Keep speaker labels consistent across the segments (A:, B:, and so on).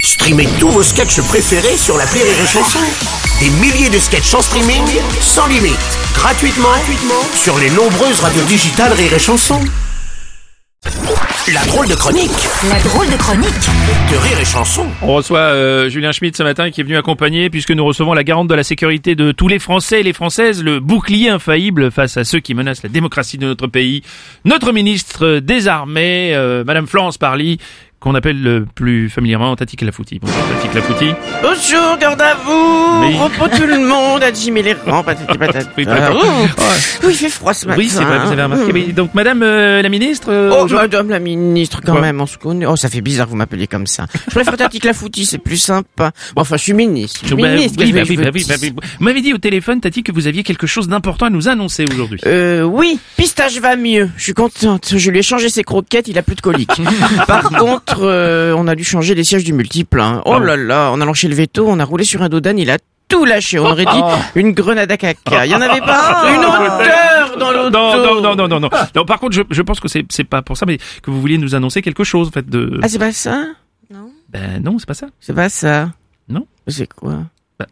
A: Streamez tous vos sketchs préférés sur la Rire et Chanson. Des milliers de sketchs en streaming, sans limite, gratuitement, gratuitement sur les nombreuses radios digitales Rire et Chanson. La drôle de chronique
B: La drôle de chronique
A: de Rire et Chanson.
C: On reçoit euh, Julien Schmidt ce matin qui est venu accompagner puisque nous recevons la garante de la sécurité de tous les Français et les Françaises, le bouclier infaillible face à ceux qui menacent la démocratie de notre pays, notre ministre des Armées, euh, Madame Florence Parly, qu'on appelle le plus familièrement Tati Clafouti. Bonjour Tati Clafouti.
D: Bonjour, garde à vous
C: Oui.
D: Repos tout le monde, à Jimmy les rangs, patati patate.
C: Oui,
D: Ah,
C: d'accord.
D: ouh. oui, il fait froid ce matin.
C: Oui, c'est vrai, vous avez remarqué. Mais donc Madame euh, la ministre, euh,
D: Ah. Oh,
C: aujourd'hui-
D: madame la ministre, quand
C: Quoi
D: même, on se connaît. Oh, ça fait bizarre que vous m'appeliez comme ça. Je préfère Tati Clafoutis, c'est plus sympa. Bon, enfin, je suis ministre. Je suis
C: Bah,
D: ministre,
C: oui,
D: qu'est-ce que
C: bah,
D: je
C: oui,
D: veux
C: bah, oui,
D: dire
C: bah, oui. Vous m'avez dit au téléphone, Tati, que vous aviez quelque chose d'important à nous annoncer aujourd'hui.
D: Euh, oui, Pistache va mieux. Je suis contente. Je lui ai changé ses croquettes, il a plus de colique. Par contre, euh, on a dû changer les sièges du multiple. hein.
C: Ah
D: Oh là là, en allant chez le veto, on a roulé sur un dodane, il a tout lâché. On aurait
C: Ah.
D: dit une grenade à caca. Il y en avait pas une odeur dans l'auto.
C: Non, non, non, non, non, non.
D: Ah.
C: Non, par contre, je, je pense que c'est, c'est pas pour ça, mais que vous vouliez nous annoncer quelque chose, en fait, de...
D: Ah, c'est pas ça
C: Ben non, c'est pas ça.
D: C'est pas ça.
C: Non.
D: C'est quoi
C: Bah.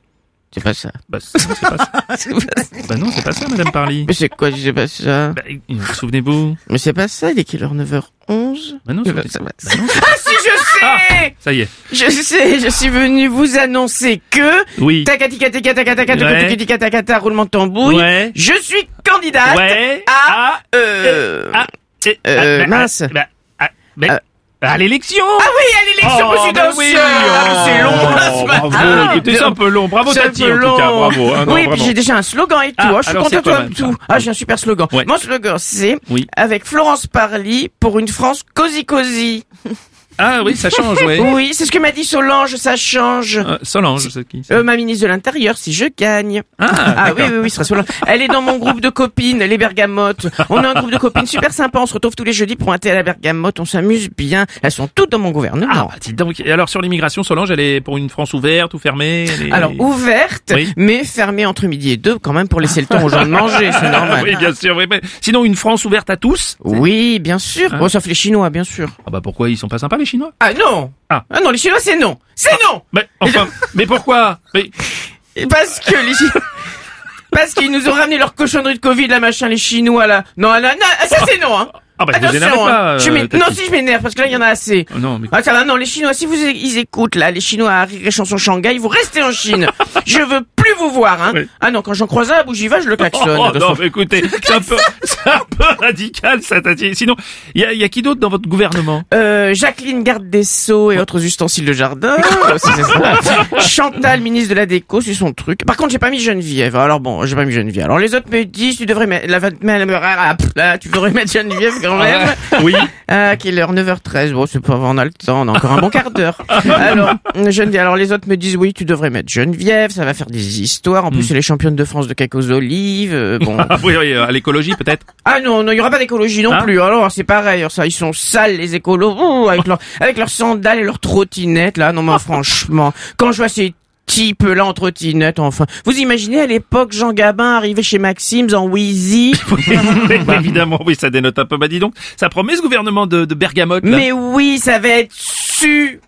D: C'est pas ça.
C: Ben, c'est, c'est pas ça.
D: C'est pas ça.
C: Ben non, c'est pas ça, Madame Parly.
D: Mais c'est quoi C'est pas ça.
C: Ben, euh, souvenez-vous.
D: Mais c'est pas ça, il est quelle heure 9h11
C: Ben non,
D: Eh ben,
C: souvenez-
D: ça va.
C: Ben non, c'est-
D: Ah si, je sais
C: ça y est.
D: Je sais, je suis venu vous annoncer que...
C: Oui.
D: Tacatica, taca, taca, taca, taca,
C: Ouais.
D: tacatica, taca, taca, roulement de tambouille.
C: Ouais.
D: Je suis candidate
C: Ouais.
D: à...
C: Ah.
D: Euh...
C: Ah. eh, ah,
D: euh,
C: ben,
D: mince.
C: ah, ben, ah, ben,
D: Euh.
C: à l'élection
D: Ah oui, à l'élection,
C: Oh,
D: monsieur
C: ben
D: Dawson.
C: oui.
D: Ah, C'est long,
C: Oh,
D: là, ce matin. Ah,
C: Bravo, écoutez, c'est un peu long. Bravo,
D: C'est un
C: Tati,
D: peu
C: en tout cas.
D: long.
C: Bravo. hein, non,
D: oui, et puis
C: vraiment.
D: j'ai déjà un slogan et tout.
C: Ah,
D: hein, je suis
C: alors c'est
D: content
C: pas mal,
D: de tout.
C: ça.
D: Ah, j'ai un super slogan.
C: Ouais.
D: Mon slogan, c'est
C: Oui.
D: avec Florence Parly pour une France cosy cosy.
C: Ah oui, ça change, ouais.
D: Oui, c'est ce que m'a dit Solange, ça change.
C: Euh, Solange, c'est qui ça
D: Euh, ma ministre de l'Intérieur, si je gagne.
C: Ah,
D: oui, oui, oui, ce sera Solange. Elle est dans mon groupe de copines, les Bergamotes. On a un groupe de copines super sympa. On se retrouve tous les jeudis pour un thé à la Bergamote. On s'amuse bien. Elles sont toutes dans mon
C: Ah,
D: gouvernement.
C: bah, dis donc. Et alors, sur l'immigration, Solange, elle est pour une France ouverte ou fermée elle est-
D: Alors, ouverte,
C: Oui.
D: mais fermée entre midi et deux, quand même, pour laisser le temps aux gens de manger. C'est normal.
C: Oui, bien sûr. oui, mais Sinon, une France ouverte à tous
D: Oui, bien sûr.
C: Hein
D: Bon, sauf les Chinois, bien sûr.
C: Ah bah pourquoi ils sont pas sympas les Chinois
D: Ah non
C: Ah.
D: non, les Chinois, c'est non C'est non
C: Mais enfin, mais pourquoi Mais
D: Et Parce que les Chinois... Parce qu'ils nous ont ramené leur cochonnerie de Covid, là, machin, les Chinois, là. Non, là, non, ah, ça, c'est non, hein
C: ah bah vous
D: Attention,
C: énervez
D: hein.
C: pas.
D: Je
C: euh,
D: m'é-
C: Tati.
D: Non, si, je m'énerve, parce que là, il y en a assez.
C: Oh, non, mais
D: Ah, ça va, non, les Chinois, si vous, ils écoutent, là, les Chinois à rire et chanson Shanghai, vous restez en Chine. je veux plus vous voir, hein.
C: Oui.
D: Ah non, quand j'en croise un, à bout, j'y vais, je le
C: Oh,
D: klaxonne.
C: oh,
D: de
C: non,
D: toute
C: mais écoutez, c'est un peu, c'est un peu radical ça, Tati. Sinon, il y a, il y a qui d'autre dans votre gouvernement
D: Euh, Jacqueline garde des sceaux et autres ustensiles de jardin. Euh, si c'est ça. Chantal, ministre de la déco, c'est son truc. Par contre, j'ai pas mis Geneviève. hein. Alors bon, j'ai pas mis Geneviève. Alors les autres me disent, tu devrais mettre, la, la- la- la- ah, tu devrais mettre Geneviève quand même.
C: Oui.
D: Ah, quelle heure 9h13. Bon, c'est pas on a le temps, on a encore un bon quart d'heure. Alors, Geneviève, alors les autres me disent, oui, tu devrais mettre Geneviève, ça va faire des histoires. En plus, c'est les championnes de France de cake aux olives. Euh, bon.
C: Ah oui, oui, euh, à l'écologie peut-être.
D: Ah non, non, il y aura pas d'écologie non
C: Hein
D: plus. Alors c'est pareil, alors ça, ils sont sales les écolos, Ouh, avec leurs avec leurs sandales et leurs trottinettes là. Non mais franchement, quand je vois ces types là en trottinette, enfin, vous imaginez à l'époque Jean Gabin arrivait chez Maxims en Wheezy.
C: Bah, Évidemment, oui, ça dénote un peu. Bah dis donc, ça promet ce gouvernement de, de Bergamote. Là.
D: mais oui, ça va être super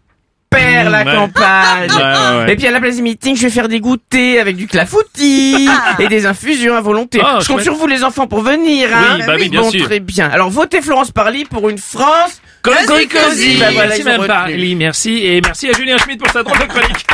D: la
C: Mmh, ouais.
D: campagne.
C: Ouais, ouais, ouais.
D: Et puis à la place des meetings, je vais faire des goûters avec du clafoutis et des infusions à volonté.
C: Ah,
D: je compte
C: chouette.
D: sur vous les enfants pour venir. hein.
C: bah oui, bien
D: bon,
C: sûr.
D: très bien. Alors votez Florence Parly pour une France
C: Cosy,
D: Cosy. Bah voilà,
C: merci
D: ils ont
C: Madame
D: retenu.
C: Parly, merci et merci à Julien Schmidt pour sa drôle de chronique.